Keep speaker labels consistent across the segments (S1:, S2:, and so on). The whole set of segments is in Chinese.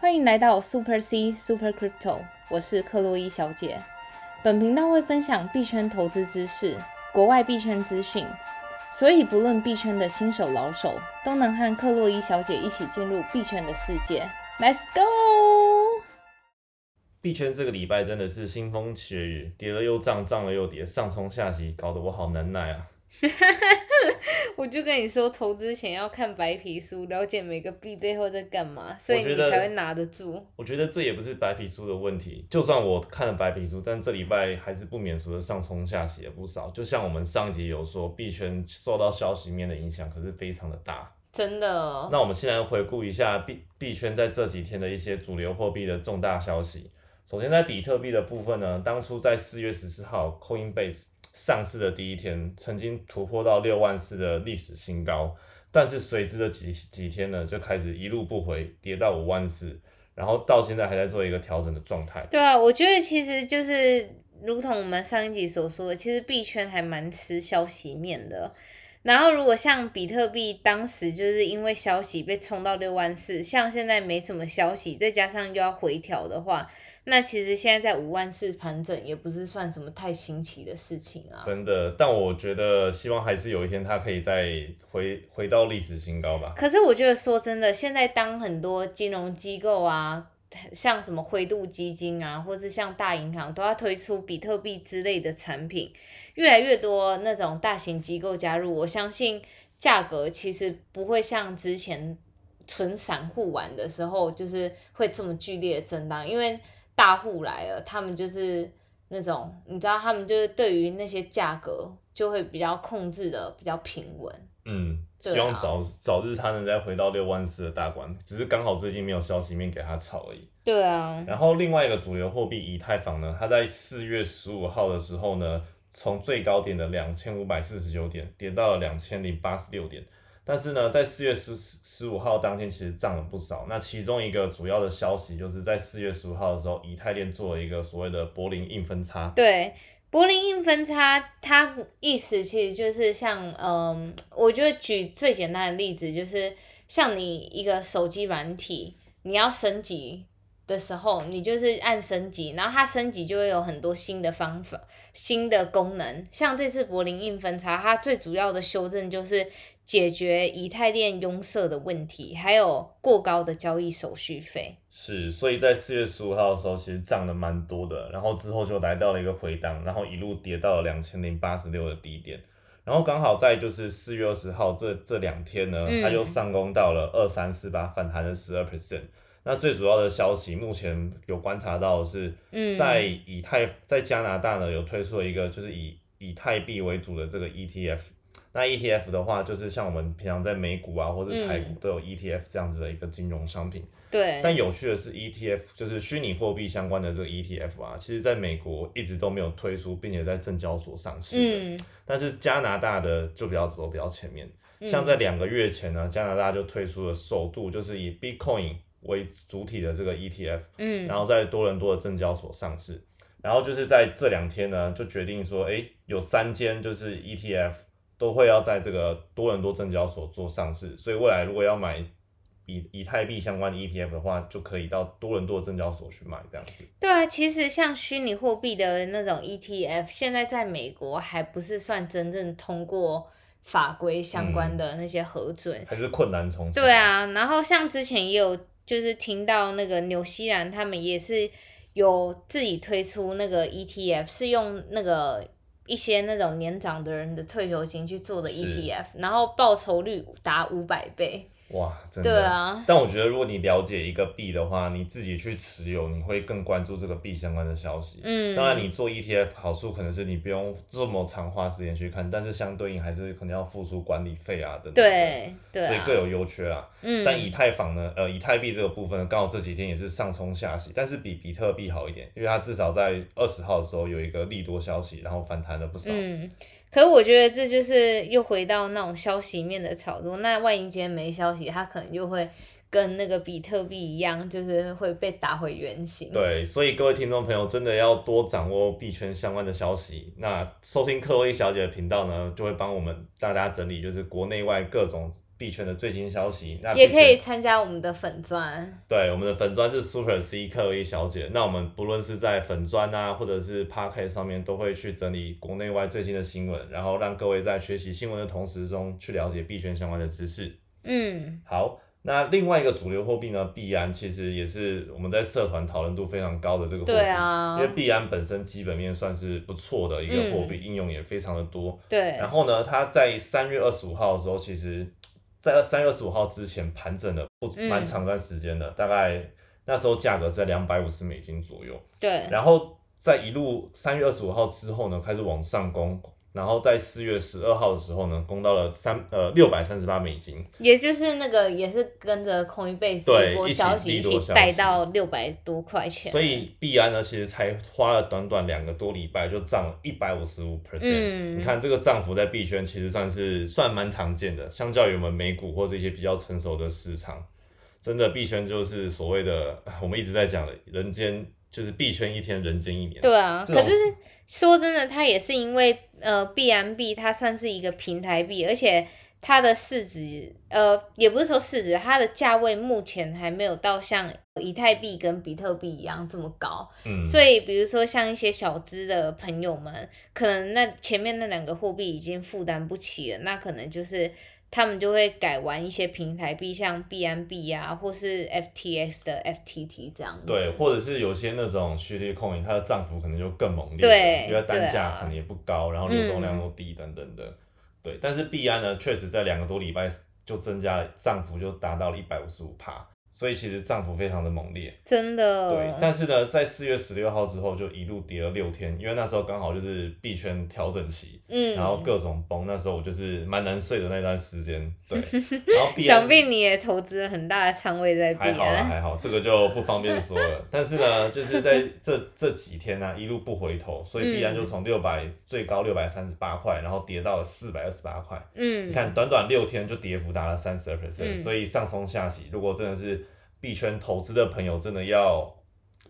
S1: 欢迎来到 Super C Super Crypto，我是克洛伊小姐。本频道会分享币圈投资知识、国外币圈资讯，所以不论币圈的新手老手，都能和克洛伊小姐一起进入币圈的世界。Let's go！
S2: 币圈这个礼拜真的是腥风血雨，跌了又涨，涨了又跌，上冲下洗，搞得我好难耐啊！
S1: 我就跟你说，投资前要看白皮书，了解每个币背后在干嘛，所
S2: 以我觉得你才会
S1: 拿得住。
S2: 我觉得这也不是白皮书的问题，就算我看了白皮书，但这礼拜还是不免俗的上冲下洗了不少。就像我们上集有说，币圈受到消息面的影响可是非常的大。
S1: 真的，
S2: 那我们现在回顾一下币币圈在这几天的一些主流货币的重大消息。首先，在比特币的部分呢，当初在四月十四号，Coinbase 上市的第一天，曾经突破到六万四的历史新高，但是随之的几几天呢，就开始一路不回，跌到五万四，然后到现在还在做一个调整的状态。
S1: 对啊，我觉得其实就是如同我们上一集所说的，其实币圈还蛮吃消息面的。然后如果像比特币当时就是因为消息被冲到六万四，像现在没什么消息，再加上又要回调的话，那其实现在在五万四盘整也不是算什么太新奇的事情啊。
S2: 真的，但我觉得希望还是有一天它可以再回回到历史新高吧。
S1: 可是我觉得说真的，现在当很多金融机构啊，像什么灰度基金啊，或是像大银行都要推出比特币之类的产品，越来越多那种大型机构加入，我相信价格其实不会像之前纯散户玩的时候，就是会这么剧烈的震荡，因为大户来了，他们就是那种你知道，他们就是对于那些价格就会比较控制的比较平稳。
S2: 嗯，
S1: 对啊
S2: 希望早、早日他能再回到六万四的大关，只是刚好最近没有消息面给他炒而已。
S1: 对啊，
S2: 然后另外一个主流货币以太坊呢，它在四月十五号的时候呢，从最高点的两千五百四十九点跌到了两千零八十六点，但是呢，在四月十十五号当天其实涨了不少。那其中一个主要的消息就是在四月十五号的时候，以太链做了一个所谓的柏林硬分叉。
S1: 对，柏林硬分叉，它意思其实就是像，嗯，我觉得举最简单的例子就是，像你一个手机软体，你要升级的时候，你就是按升级，然后它升级就会有很多新的方法、新的功能。像这次柏林硬分叉，它最主要的修正就是解决以太链拥塞的问题，还有过高的交易手续费。
S2: 是，所以在四月十五号的时候，其实涨了蛮多的，然后之后就来到了一个回档，然后一路跌到了两千零八十六的低点，然后刚好在就是四月二十号这这两天呢，
S1: 嗯
S2: 它就上攻到了二三四八，反弹了十二 percent。那最主要的消息，目前有观察到的是，
S1: 嗯
S2: 在以太在加拿大呢有推出了一个就是以以太币为主的这个 ETF。那 ETF 的话，就是像我们平常在美股啊，或是
S1: 嗯
S2: 台股都有 ETF 这样子的一个金融商品。
S1: 对，
S2: 但有趣的是，ETF 就是虚拟货币相关的这个 ETF 啊，其实在美国一直都没有推出，并且在证交所上市。、
S1: 嗯，
S2: 但是加拿大的就比较走比较前面，
S1: 嗯
S2: 像在两个月前呢，加拿大就推出了首度就是以 Bitcoin 为主体的这个 E ETF，
S1: 嗯，
S2: 然后在多伦多的证交所上市。然后就是在这两天呢，就决定说，诶，有三间就是 ETF 都会要在这个多伦多证交所做上市，所以未来如果要买以以太币相关的 ETF 的话，就可以到多伦多的证交所去买这样子。
S1: 对啊，其实像虚拟货币的那种 ETF，现在在美国还不是算真正通过法规相关
S2: 嗯
S1: 的那些核准。
S2: 还是困难重重。
S1: 对，啊，然后像之前也有就是听到那个纽西兰他们也是有自己推出那个 ETF，是用那个一些那种年长的人的退休金去做的
S2: 是
S1: ETF，然后报酬率达五百倍。
S2: 哇，真的。
S1: 对。啊，
S2: 但我觉得，如果你了解一个币的话，你自己去持有，你会更关注这个币相关的消息。
S1: 嗯，
S2: 当然，你做 ETF 好处可能是你不用这么长花时间去看，但是相对应还是可能要付出管理费啊等等的。
S1: 对对
S2: 所以
S1: 啊，
S2: 各有优缺啊。
S1: 嗯，
S2: 但以太坊呢，呃，以太币这个部分呢刚好这几天也是上冲下洗，但是比比特币好一点，因为它至少在二十号的时候有一个利多消息，然后反弹了不少。
S1: 嗯，可是我觉得这就是又回到那种消息面的炒作。那万一今天没消息，它可能就会跟那个比特币一样，就是会被打回原形。
S2: 对，所以各位听众朋友真的要多掌握币圈相关的消息。那收听克洛伊小姐的频道呢，就会帮我们大家整理，就是国内外各种币圈的最新消息。那
S1: 也
S2: 币
S1: 可
S2: 圈
S1: 以参加我们的粉钻，
S2: 对，我们的粉砖是 Super C 克一小姐。那我们不论是在粉砖啊，或者是 Podcast 上面，都会去整理国内外最新的新闻，然后让各位在学习新闻的同时中去了解币圈相关的知识。
S1: 嗯，
S2: 好，那另外一个主流货币呢，币安其实也是我们在社团讨论度非常高的这个货币。
S1: 对啊
S2: 因为，币安本身基本面算是不错的一个货币，应用也非常的多。
S1: 对
S2: 然，后呢，它在三月二十五号的时候，其实，在三月二十五号之前盘整了不
S1: 嗯
S2: 蛮长一段时间的，大概那时候价格是在两百五十美金左右，
S1: 对，
S2: 然后在一路三月二十五号之后呢，开始往上攻。然后在四月十二号的时候呢，攻到了三呃六百三十八美金，
S1: 也就是那个也是跟着 Coinbase
S2: 对
S1: 这一波
S2: 一起
S1: 消息一
S2: 利落
S1: 起
S2: 消
S1: 带
S2: 息
S1: 到六百多块钱，
S2: 所以币安呢，其实才花了短短两个多礼拜就涨一百五十五 percent。
S1: 嗯
S2: 你看这个涨幅在币圈其实算是算蛮常见的，相较于我们美股或者一些比较成熟的市场，真的币圈就是所谓的我们一直在讲的人间，就是币圈一天人间一年。
S1: 对啊，
S2: 这种
S1: 可是说真的，它也是因为呃币安币它算是一个平台币，而且它的市值呃也不是说市值，它的价位目前还没有到像以太币跟比特币一样这么高，
S2: 嗯，
S1: 所以比如说像一些小资的朋友们，可能那前面那两个货币已经负担不起了，那可能就是。他们就会改玩一些平台币，像币安币啊，或是 FTX 的 FTT 这样子。
S2: 对，或者是有些那种虚拟控影，它的涨幅可能就更猛烈了，
S1: 对
S2: 因为它单
S1: 对
S2: 价
S1: 啊
S2: 可能也不高，然后流动量又低等等的。对，但是币安呢，确实在两个多礼拜就增加了涨幅，就达到了一百五十五帕，所以其实涨幅非常的猛烈。
S1: 真的。
S2: 对，但是呢，在四月十六号之后就一路跌了六天，因为那时候刚好就是币圈调整期，
S1: 嗯，
S2: 然后各种崩，那时候我就是蛮难睡的那段时间。 对，然后币安
S1: 想必嗯你也投资了很大的仓位在币
S2: 还好啦，
S1: 安，
S2: 还好，这个就不方便说了。但是 呢，就是在这这几天呢、啊一路不回头，所以必然就从六百、最高六百三十八块，然后跌到了四百二十八块。你
S1: 嗯，
S2: 看，短短六天就跌幅达了三十二 percent，
S1: 嗯
S2: 所以上冲下洗，如果真的是币圈投资的朋友，真的要。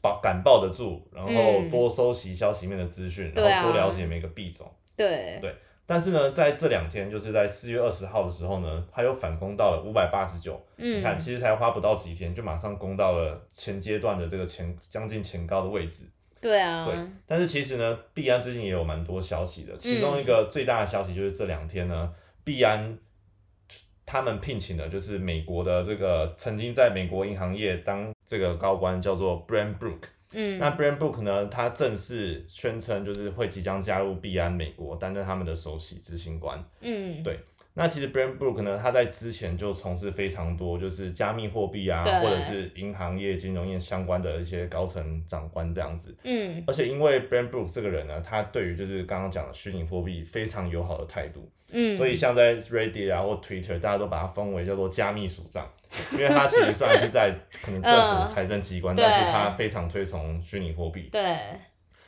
S2: 把敢抱得住，然后
S1: 嗯
S2: 多收集消息面的资讯，
S1: 对
S2: 然
S1: 啊
S2: 后多了解每个币种。
S1: 对，
S2: 但是呢，在这两天，就是在四月二十号的时候呢，它又反攻到了五百八十九，你看，
S1: 嗯，
S2: 其实才花不到几天，就马上攻到了前阶段的这个前将近前高的位置。
S1: 对
S2: 对
S1: 啊，
S2: 但是其实呢，币安最近也有蛮多消息的，
S1: 嗯
S2: 其中一个最大的消息就是这两天呢，币安他们聘请的就是美国的这个曾经在美国银行业当这个高官，叫做 Brand Brook。
S1: 嗯，
S2: 那 Brand Brook 呢，他正式宣称就是会即将加入币安美国，担任他们的首席执行官。
S1: 嗯，
S2: 对那其实 Brand Brook 呢，他在之前就从事非常多就是加密货币啊，
S1: 对
S2: 或者是银行业、金融业相关的一些高层长官这样子。
S1: 嗯，
S2: 而且因为 Brand Brook 这个人呢，他对于就是刚刚讲的虚拟货币非常友好的态度，
S1: 嗯，
S2: 所以像在 Reddit 啊或 Twitter，大家都把它分为叫做加密署长，因为他其实算是在可能政府的
S1: 嗯
S2: 财政机关，
S1: 对
S2: 但是他非常推崇虚拟货币。
S1: 对，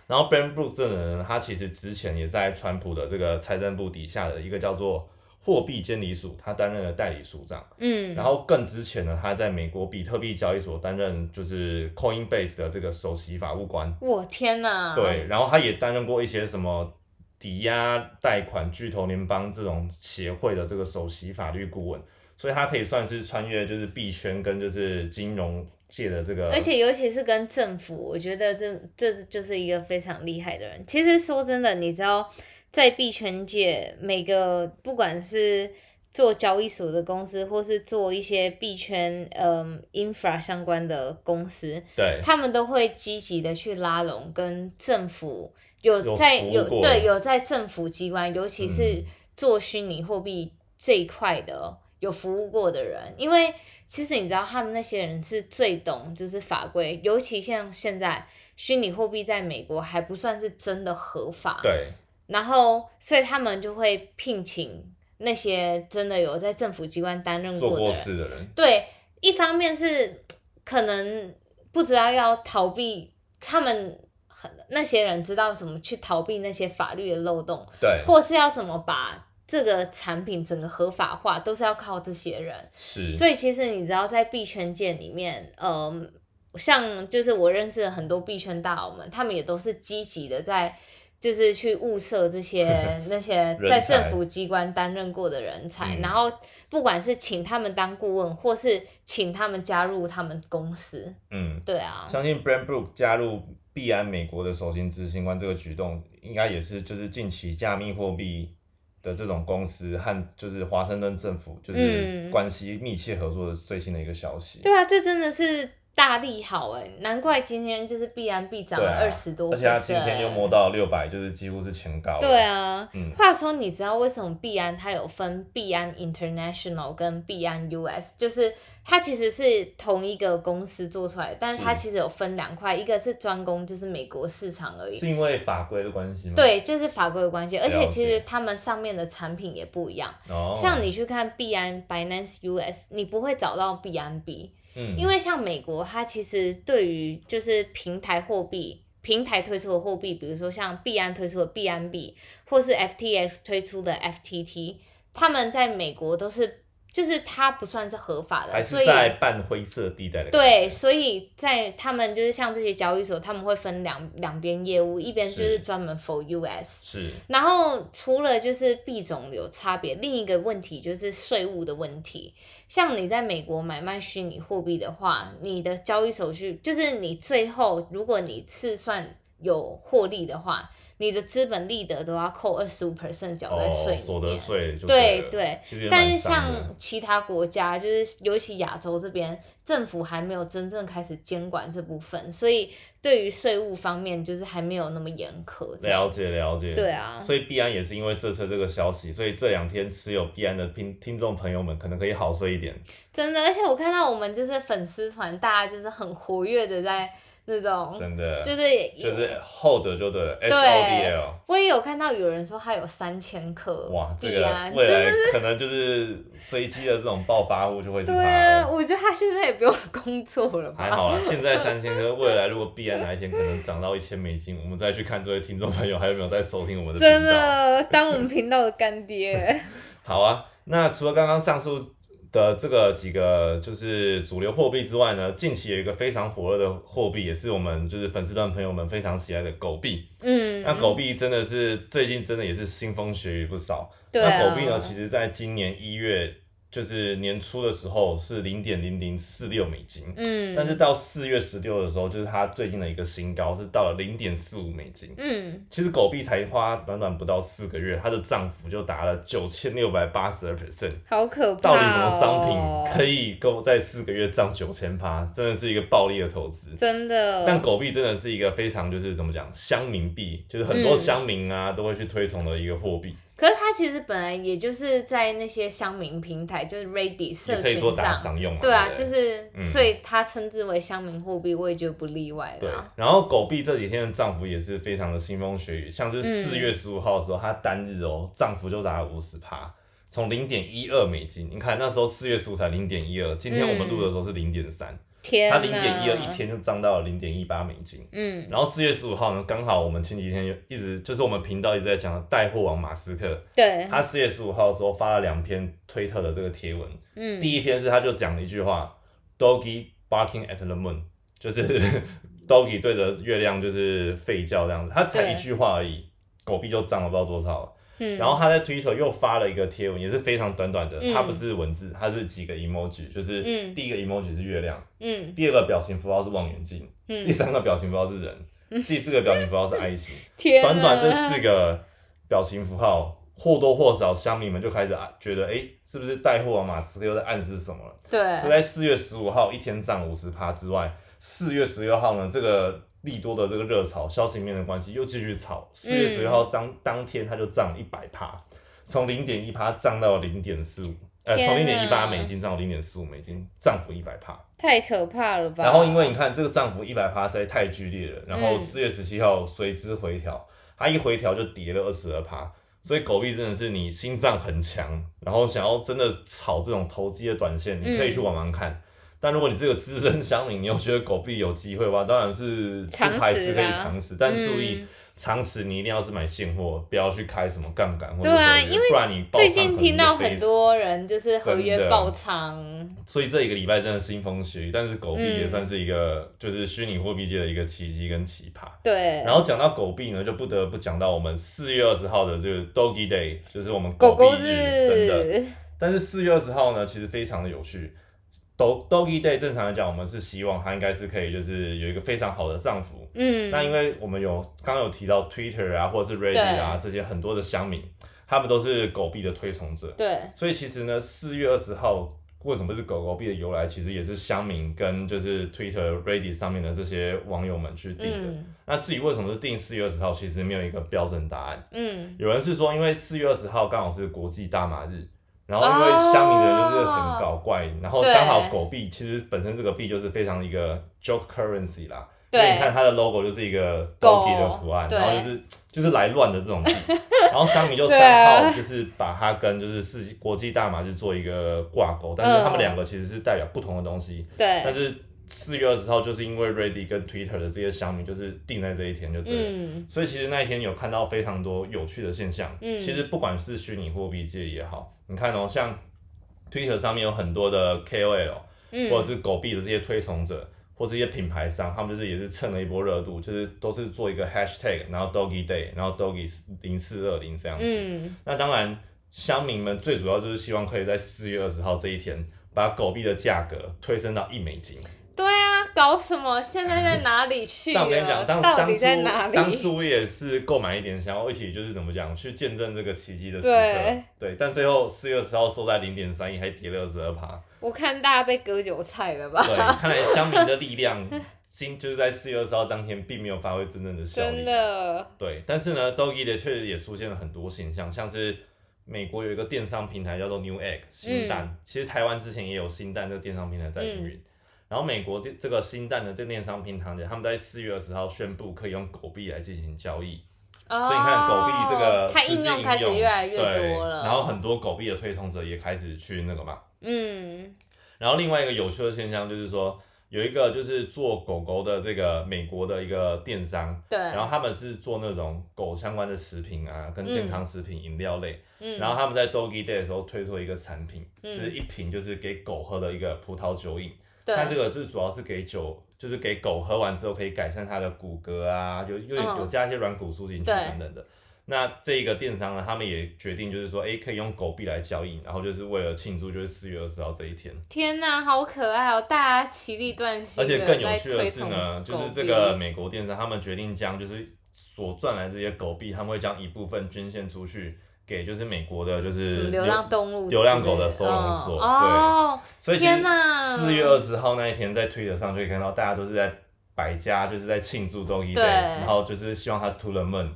S2: 然后 Ben Brook 这个人呢，他其实之前也在川普的这个财政部底下的一个叫做货币监理署，他担任了代理署长。
S1: 嗯，
S2: 然后更之前呢，他在美国比特币交易所担任就是 Coinbase 的这个首席法务官。
S1: 我天哪，
S2: 对，然后他也担任过一些什么抵押贷款巨头联邦这种协会的这个首席法律顾问，所以他可以算是穿越就是币圈跟就是金融界的这个，
S1: 而且尤其是跟政府，我觉得这这就是一个非常厉害的人。其实说真的，你知道，在币圈界，每个不管是做交易所的公司，或是做一些币圈嗯 infra 相关的公司，
S2: 对
S1: 他们都会积极的去拉拢跟政府有
S2: 有
S1: 在
S2: 服务
S1: 有
S2: 过
S1: 对有在政府机关，尤其是
S2: 嗯
S1: 做虚拟货币这一块的有服务过的人，因为其实你知道他们那些人是最懂就是法规，尤其像现在虚拟货币在美国还不算是真的合法，
S2: 对，
S1: 然后所以他们就会聘请那些真的有在政府机关担任
S2: 做
S1: 过的
S2: 过
S1: 人。
S2: 事的人，
S1: 对，一方面是可能不知道要逃避他们很那些人知道怎么去逃避那些法律的漏洞，
S2: 对，
S1: 或是要怎么把这个产品整个合法化，都是要靠这些人。
S2: 是，
S1: 所以其实你知道，在币圈界里面，呃，像就是我认识的很多币圈大佬们，他们也都是积极的在就是去物色这 些那些
S2: 人
S1: 在
S2: 才
S1: 政府机关担任过的人才，
S2: 嗯
S1: 然后不管是请他们当顾问，或是请他们加入他们公司，
S2: 嗯，
S1: 对啊，
S2: 相信 Brand Brook 加入币安美国的首席执行官这个举动，应该也是就是近期加密货币的这种公司和就是华盛顿政府就是
S1: 嗯
S2: 关系密切合作的最新的一个消息。
S1: 对啊，这真的是大利好哎、难怪今天就是必然必涨
S2: 对
S1: 了
S2: 啊
S1: 二十多、欸
S2: 而且它今天又摸。到六百，就是几乎是前高了。
S1: 对啊，
S2: 嗯
S1: 话说你知道为什么币安它有分币安 International 跟币安 US，就是它其实是同一个公司做出来的，但是它
S2: 是
S1: 其实有分两块，一个是专攻就是美国市场而已，
S2: 是因为法规的关系吗？，
S1: 对，就是法规的关系，而且
S2: 了
S1: 其
S2: 解
S1: 实他们上面的产品也不一样，
S2: 哦、
S1: 像你去看币安 Binance US，你不会找到币安 B，
S2: 嗯，
S1: 因为像美国，它其实对于就是平台货币、平台推出的货币，比如说像币安推出的币安币，或是 FTX 推出的 FTT，他们在美国都是就是它不算是合法的，
S2: 还
S1: 呃所
S2: 是
S1: 以
S2: 在半灰色地带的。
S1: 对，，所以在他们就是像这些交易所，他们会分两两边业务，一边就是
S2: 是
S1: 专门 for US。
S2: 是
S1: 然后除了就是币种有差别，另一个问题就是税务的问题。像你在美国买卖虚拟货币的话，你的交易手续就是你最后如果你是算有获利的话，你的资本利得都要扣二十五 percent 缴在税里
S2: 嗯哦，所得
S1: 面。
S2: 税就
S1: 对
S2: 了
S1: 对，
S2: 其实也蛮
S1: 但是
S2: 伤的
S1: 像其他国家，就是尤其亚洲这边，政府还没有真正开始监管这部分，所以对于税务方面就是还没有那么严苛。这样
S2: 了解了解，
S1: 对啊
S2: 所以币安也是因为这次这个消息，所以这两天持有币安的听听众朋友们可能可以好睡一点。
S1: 真的，而且我看到我们就是粉丝团，大家就是很活跃的在那种，
S2: 真的，
S1: 哦就是
S2: 就是 hold 就对了，S O D
S1: 对
S2: L。
S1: 我也有看到有人说他有三千颗
S2: 哇，这
S1: 币
S2: 个
S1: 啊，
S2: 未
S1: 真
S2: 来
S1: 的是
S2: 可能就是随机的这种暴发户就会是他
S1: 对啊，
S2: 了。
S1: 我觉得他现在也不用工作了吧？
S2: 还好啦，现在三千颗，未来如果币安哪一天可能涨到一千美金，我们再去看这位听众朋友还有没有在收听我们的
S1: 真
S2: 频道。
S1: 的当我们频道的干 爹，
S2: 好啊，那除了刚刚上述的这个几个就是主流货币之外呢，近期有一个非常火热的货币，也是我们就是粉丝团朋友们非常喜爱的狗币。
S1: 嗯，
S2: 那狗币真的是最近真的也是腥风血雨不少。
S1: 对啊
S2: 那狗币呢，其实在今年一月就是年初的时候是零点零零四六美金。
S1: 嗯，
S2: 但是到四月十六的时候，就是它最近的一个新高，是到了零点四五美金。
S1: 嗯，
S2: 其实狗币才花短短不到四个月，它的涨幅就达了九千六百八十二 percent。
S1: 好可怕、
S2: 到
S1: 哦！
S2: 底什么商品可以够在四个月涨九千趴？真的是一个暴利的投资。
S1: 真的？
S2: 但狗币真的是一个非常就是怎么讲，乡民币，就是
S1: 嗯
S2: 很多乡民啊、都会去推崇的一个货币，
S1: 可是它其实本来也就是在那些乡民平台，就是 Reddit 社
S2: 也可以做
S1: 群
S2: 打
S1: 上，
S2: 赏用嘛。
S1: 对啊，
S2: 不
S1: 就是、
S2: 嗯
S1: 所以它称之为乡民货币，我也觉得不例外
S2: 对
S1: 啦。，
S2: 然后狗币这几天的涨幅也是非常的腥风血雨，像
S1: 嗯
S2: 是四月十五号的时候，它单日哦涨幅就达了五十趴，从零点一二美金，你看那时候四月十五才零点一二，今天我们录的时候是零点三，
S1: 嗯天
S2: 它
S1: 哪！
S2: 零点一二一天就涨到了零点一八美金。
S1: 嗯，
S2: 然后四月十五号呢，刚好我们前几天有一直就是我们频道一直在讲的带货王马斯克，
S1: 对，
S2: 他四月十五号的时候发了两篇推特的这个贴文，
S1: 嗯，
S2: 第一篇是他就讲了一句话，Doggy barking at the moon，就是 Doggy 对着月亮就是吠叫这样子，他才
S1: 对
S2: 一句话而已，狗币就涨了不知道多少了。
S1: 嗯，
S2: 然后他在 Twitter 又发了一个贴文，也是非常短短的
S1: 嗯，
S2: 它不是文字，它是几个 emoji，就是
S1: 嗯
S2: 第一个 emoji 是月亮，
S1: 嗯
S2: 第二个表情符号是望远镜，第
S1: 嗯，
S2: 三个表情符号是 人，第四个表情符号是爱心。
S1: 天哪
S2: 短短这四个表情符号，或多或少乡民们就开始啊觉得，哎、是不是带货王啊马斯克又在暗示什么了？所以
S1: 对，
S2: 在四月十五号一天涨五十趴之外，四月十六号呢，这个利多的这个热潮，消息面的关系又继续炒。四月十六号
S1: 嗯
S2: 当当天它就涨一百趴，从零点一趴涨到零点四五。呃，
S1: 天
S2: 从零点一
S1: 哪
S2: 八美金涨到零点四五美金，涨幅一百趴。
S1: 太可怕了吧？
S2: 然后因为你看这个涨幅一百趴实在太剧烈了，然后
S1: 嗯
S2: 四月十七号随之回调，它一回调就跌了二十二趴，所以狗币真的是你
S1: 嗯
S2: 心脏很强，然后想要真的炒这种投机的短线，你可以去玩玩看。但如果你是个资深乡民，你又觉得狗币有机会的话，当然是不排斥可以
S1: 尝
S2: 尝试，但注
S1: 嗯
S2: 意。长持你一定要是买现货，不要去开什么杠杆或者
S1: 对啊
S2: 合约
S1: 因为
S2: 不然你爆仓
S1: 最近听到很多人就是合
S2: 真
S1: 约
S2: 的
S1: 爆仓，
S2: 所以这一个礼拜真的腥风血雨，但是狗币也
S1: 嗯
S2: 算是一个、就是虚拟货币界的一个奇迹跟奇葩。
S1: 对，
S2: 然后讲到狗币呢，就不得不讲到我们四月二十号的这个 Doggy Day，就是我们
S1: 狗
S2: 币
S1: 狗
S2: 日，真的。
S1: 日，
S2: 但是四月二十号呢，其实非常的有趣。Dog Doggy Day 正常来讲，我们是希望它应该是可以就是有一个非常好的涨幅，
S1: 嗯，
S2: 那因为我们有刚刚有提到 Twitter 啊，或者是 Reddit 啊这些很多的乡民，他们都是狗币的推崇者，
S1: 对，
S2: 所以其实呢，四月二十号为什么是狗狗币的由来，其实也是乡民跟就是 Twitter、Reddit 上面的这些网友们去定的。
S1: 嗯
S2: 那至于为什么是定四月二十号，其实没有一个标准答案。
S1: 嗯，
S2: 有人是说，因为四月二十号刚好是国际大麻日，然后因为乡民的人就是很搞怪，然后
S1: 哦对
S2: 刚好狗币其实本身这个币就是非常一个 joke currency 啦，因为你看
S1: 对，
S2: 它的 logo 就是一个
S1: 狗
S2: doggy 的图案，
S1: 对
S2: 然后就是就是来乱的这种币，然后香米就
S1: 对
S2: 三
S1: 啊
S2: 号就是把它跟就是世界国际大麻去做一个挂钩，但是他们两个其实是代表不同的东西，但
S1: 嗯对，
S2: 是四月二十号就是因为 Ready 跟 Twitter 的这些香米就是定在这一天就对了。
S1: 嗯，
S2: 所以其实那一天有看到非常多有趣的现象。
S1: 嗯
S2: 其实不管是虚拟货币界也好，你看哦，像 Twitter 上面有很多的 KOL，
S1: 嗯，
S2: 或者是狗币的这些推崇者，或是一些品牌商，他们就是也是蹭了一波热度，就是都是做一个 hashtag，然后 doggy day，然后 doggy 零四二零这样子。
S1: 嗯，
S2: 那当然，乡民们最主要就是希望可以在四月二十号这一天，把狗币的价格推升到一美金。
S1: 对啊，搞什么？现在在哪里去
S2: 但我跟你
S1: 了？
S2: 讲， 当
S1: 到
S2: 当
S1: 底在哪
S2: 初当
S1: 里？
S2: 初我也是购买一点，想要一起就是怎么讲，去见证这个奇迹的时刻。
S1: 对
S2: 但最后四月二十号收在零点三一，还跌了二十二趴。
S1: 我看大家被割韭菜了吧？
S2: 对，看来乡民的力量， 今就是在四月二十号当天并没有发挥真正的效力
S1: 真。的，
S2: 对，但是呢，Doggy 的确实也出现了很多现象，像是美国有一个电商平台叫做 New
S1: 嗯
S2: Egg 新蛋，其实台湾之前也有新蛋这个电商平台在营运。
S1: 嗯
S2: 然后美国这这个新蛋的这个电商平台呢，他们在四月二十号宣布可以用狗币来进行交易，
S1: 哦
S2: 所以你看狗币这个
S1: 它
S2: 实际
S1: 哦应用开始越来越
S2: 对
S1: 多了。
S2: 然后，很多狗币的推崇者也开始去那个嘛，
S1: 嗯，
S2: 然后另外一个有趣的现象就是说，有一个就是做狗狗的这个美国的一个电商，
S1: 对，
S2: 然后他们是做那种狗相关的食品啊，跟健康食品、饮料类。
S1: 嗯，
S2: 然后他们在 Doggy Day 的时候推出了一个产品，
S1: 嗯
S2: 就是一瓶就是给狗喝的一个葡萄酒饮。
S1: 对，
S2: 那这个就是主要是给酒，就是给狗喝完之后可以改善它的骨骼啊，有有
S1: 嗯
S2: 有加一些软骨素进去
S1: 对
S2: 等等的。那这个电商呢，他们也决定就是说，哎，可以用狗币来交易，然后就是为了庆祝就是四月二十号这一天。
S1: 天哪，好可爱哦！大家齐力断心，
S2: 而且更有趣的是呢，就是这个美国电商他们决定将就是所赚来的这些狗币，他们会将一部分捐献出去给就是美国的，就
S1: 什
S2: 是
S1: 么流浪动物之类、
S2: 流浪狗的收容所
S1: 嗯哦，
S2: 所以
S1: 天哪
S2: 四月二十号那一天，在推特上就可以看到大家都是在百家就是在庆祝 Doggy
S1: 对
S2: Day，然后就是希望他 to the moon，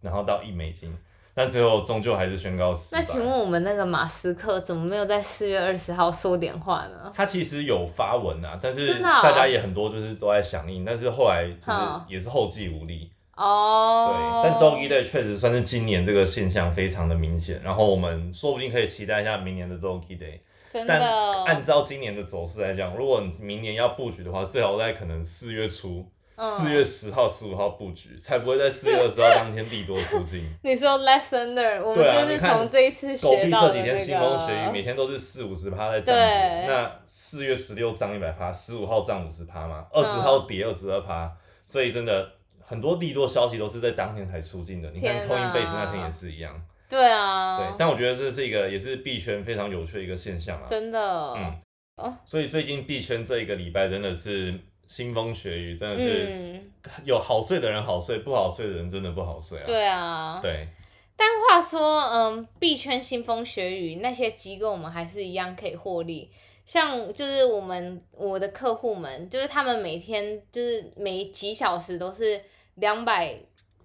S2: 然后到一美金，但最后终究还是宣告失败。
S1: 那请问我们那个马斯克怎么没有在四月二十号说点话呢？
S2: 他其实有发文啊，但是
S1: 真的哦
S2: 大家也很多就是都在响应，但是后来就是
S1: 好
S2: 也是后继无力。
S1: 哦，
S2: 对，但 Doggy Day 确实算是今年这个现象非常的明显，然后我们说不定可以期待一下明年的 Doggy Day。
S1: 真
S2: 但
S1: 的
S2: 按照今年的走势来讲，如果你明年要布局的话，最好在可能四月初，四、月
S1: 嗯
S2: 十号、十五号布局，才不会在四月二十号当天利多出尽。
S1: 你说 Lessoner，我们
S2: 对啊
S1: 真的是
S2: 你看
S1: 从这一次
S2: 狗
S1: 学
S2: 币
S1: 到
S2: 这
S1: 的
S2: 几
S1: 那
S2: 天
S1: 个。
S2: 腥风血雨，每天都是四五十趴在涨跌。
S1: 对
S2: 那四月十六涨一百趴，十五号涨五十趴
S1: 嗯
S2: 嘛，二十号跌二十二趴，所以真的很多利多消息都是在当天才出境的。你看
S1: 天哪
S2: Coinbase 那天也是一样。
S1: 对啊，
S2: 对，但我觉得这是一个也是币圈非常有趣的一个现象啊。
S1: 真的，
S2: 嗯
S1: 哦
S2: 所以最近币圈这一个礼拜真的是腥风血雨，真的是啊
S1: 嗯
S2: 有好睡的人好睡，不好睡的人真的不好睡啊。
S1: 对啊。
S2: 对
S1: 但话说，嗯，币圈腥风血雨，那些机构我们还是一样可以获利。像就是我们我的客户们，就是他们每天就是每几小时都是两百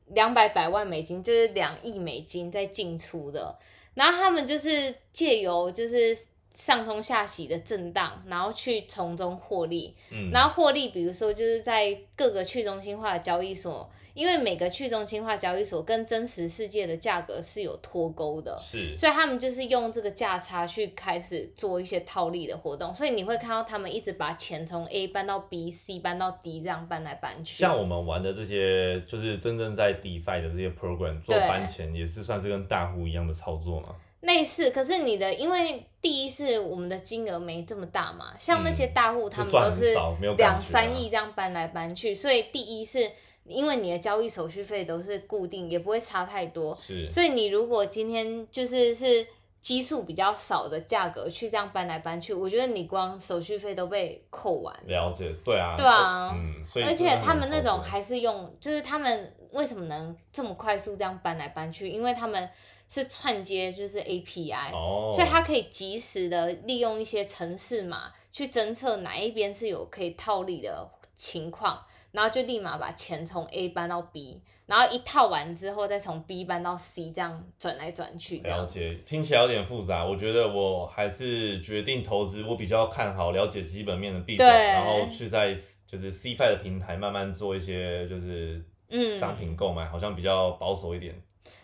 S1: 两百百万美金，就是两亿美金在进出的。然后他们就是借由就是上冲下洗的震荡，然后去从中获利。
S2: 嗯，
S1: 然后获利，比如说就是在各个去中心化的交易所，因为每个去中心化交易所跟真实世界的价格是有脱钩的，
S2: 是
S1: 所以他们就是用这个价差去开始做一些套利的活动，所以你会看到他们一直把钱从 A 搬到 B、C 搬到 D，这样搬来搬去。
S2: 像我们玩的这些，就是真正在 DeFi 的这些 program 做
S1: 对
S2: 搬钱，也是算是跟大户一样的操作嘛。
S1: 类似，可是你的因为第一是我们的金额没这么大嘛，像那些大户他们
S2: 嗯就赚
S1: 都
S2: 很
S1: 是
S2: 少没有感觉啊
S1: 两三亿这样搬来搬去，所以第一是因为你的交易手续费都是固定，也不会差太多，
S2: 是，
S1: 所以你如果今天就是是基数比较少的价格去这样搬来搬去，我觉得你光手续费都被扣完了
S2: 了解，对啊，
S1: 对啊
S2: 嗯，所以
S1: 而
S2: 真的
S1: 且
S2: 很
S1: 他
S2: 难
S1: 们那
S2: 操
S1: 种
S2: 作
S1: 还是用，就是他们为什么能这么快速这样搬来搬去？因为他们是串接，就是 API，、
S2: 哦，
S1: 所以它可以及时的利用一些城市码去侦测哪一边是有可以套利的情况，然后就立马把钱从 A 搬到 B，然后一套完之后再从 B 搬到 C，这样转来转去这
S2: 了
S1: 样。
S2: 解，听起来有点复杂。我觉得我还是决定投资，我比较看好了解基本面的币种，
S1: 对
S2: 然后去在就是 CFI 的平台慢慢做一些就是
S1: 嗯
S2: 商品购买，好像比较保守一点。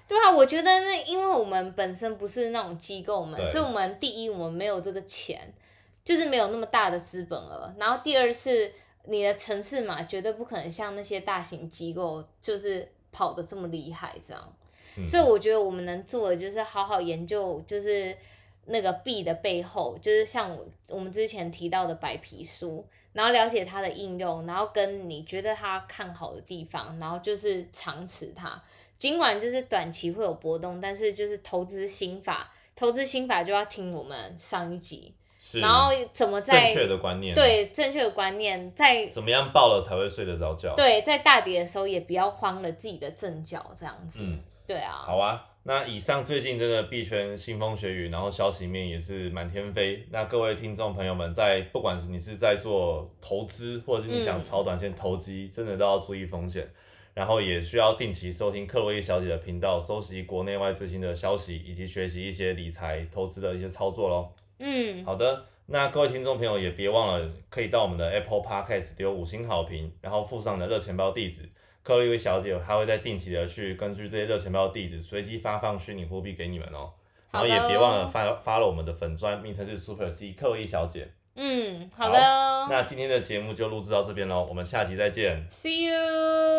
S1: 对啊，我觉得那因为我们本身不是那种机构们，
S2: 对
S1: 所以我们第一我们没有这个钱，就是没有那么大的资本额，然后第二是你的城市码绝对不可能像那些大型机构就是跑的这么厉害这样，
S2: 嗯
S1: 所以我觉得我们能做的就是好好研究，就是。那个币的背后，就是像我我们之前提到的白皮书，然后了解它的应用，然后跟你觉得它看好的地方，然后就是长持它。尽管就是短期会有波动，但是就是投资心法，投资心法就要听我们上一集，
S2: 是，
S1: 然后怎么
S2: 正
S1: 在
S2: 确的观念，，
S1: 对正确的观念，在
S2: 怎么样报了才会睡得着觉？，
S1: 对在大跌的时候也不要慌了自己的阵脚，这样子，
S2: 嗯，
S1: 对啊，
S2: 好啊。那以上最近真的币圈腥风血雨，然后消息面也是满天飞。那各位听众朋友们在，不管是你是在做投资，或者是你想
S1: 嗯
S2: 炒短线投机，真的都要注意风险。然后也需要定期收听克洛伊小姐的频道，收集国内外最新的消息，以及学习一些理财投资的一些操作喽。
S1: 嗯，
S2: 好的，那各位听众朋友也别忘了，可以到我们的 Apple Podcast 留五星好评，然后附上你的热钱包地址。克洛伊小姐她会在定期的去根据这些热钱包地址随机发放虚拟货币给你们哦。然
S1: 好
S2: 后
S1: 的
S2: 也别忘了发发了我们的粉砖，名称是 Super C 克洛伊小姐。
S1: 嗯，
S2: 好
S1: 好的哦
S2: 那今天的节目就录制到这边喽，我们下集再见。
S1: ，See you。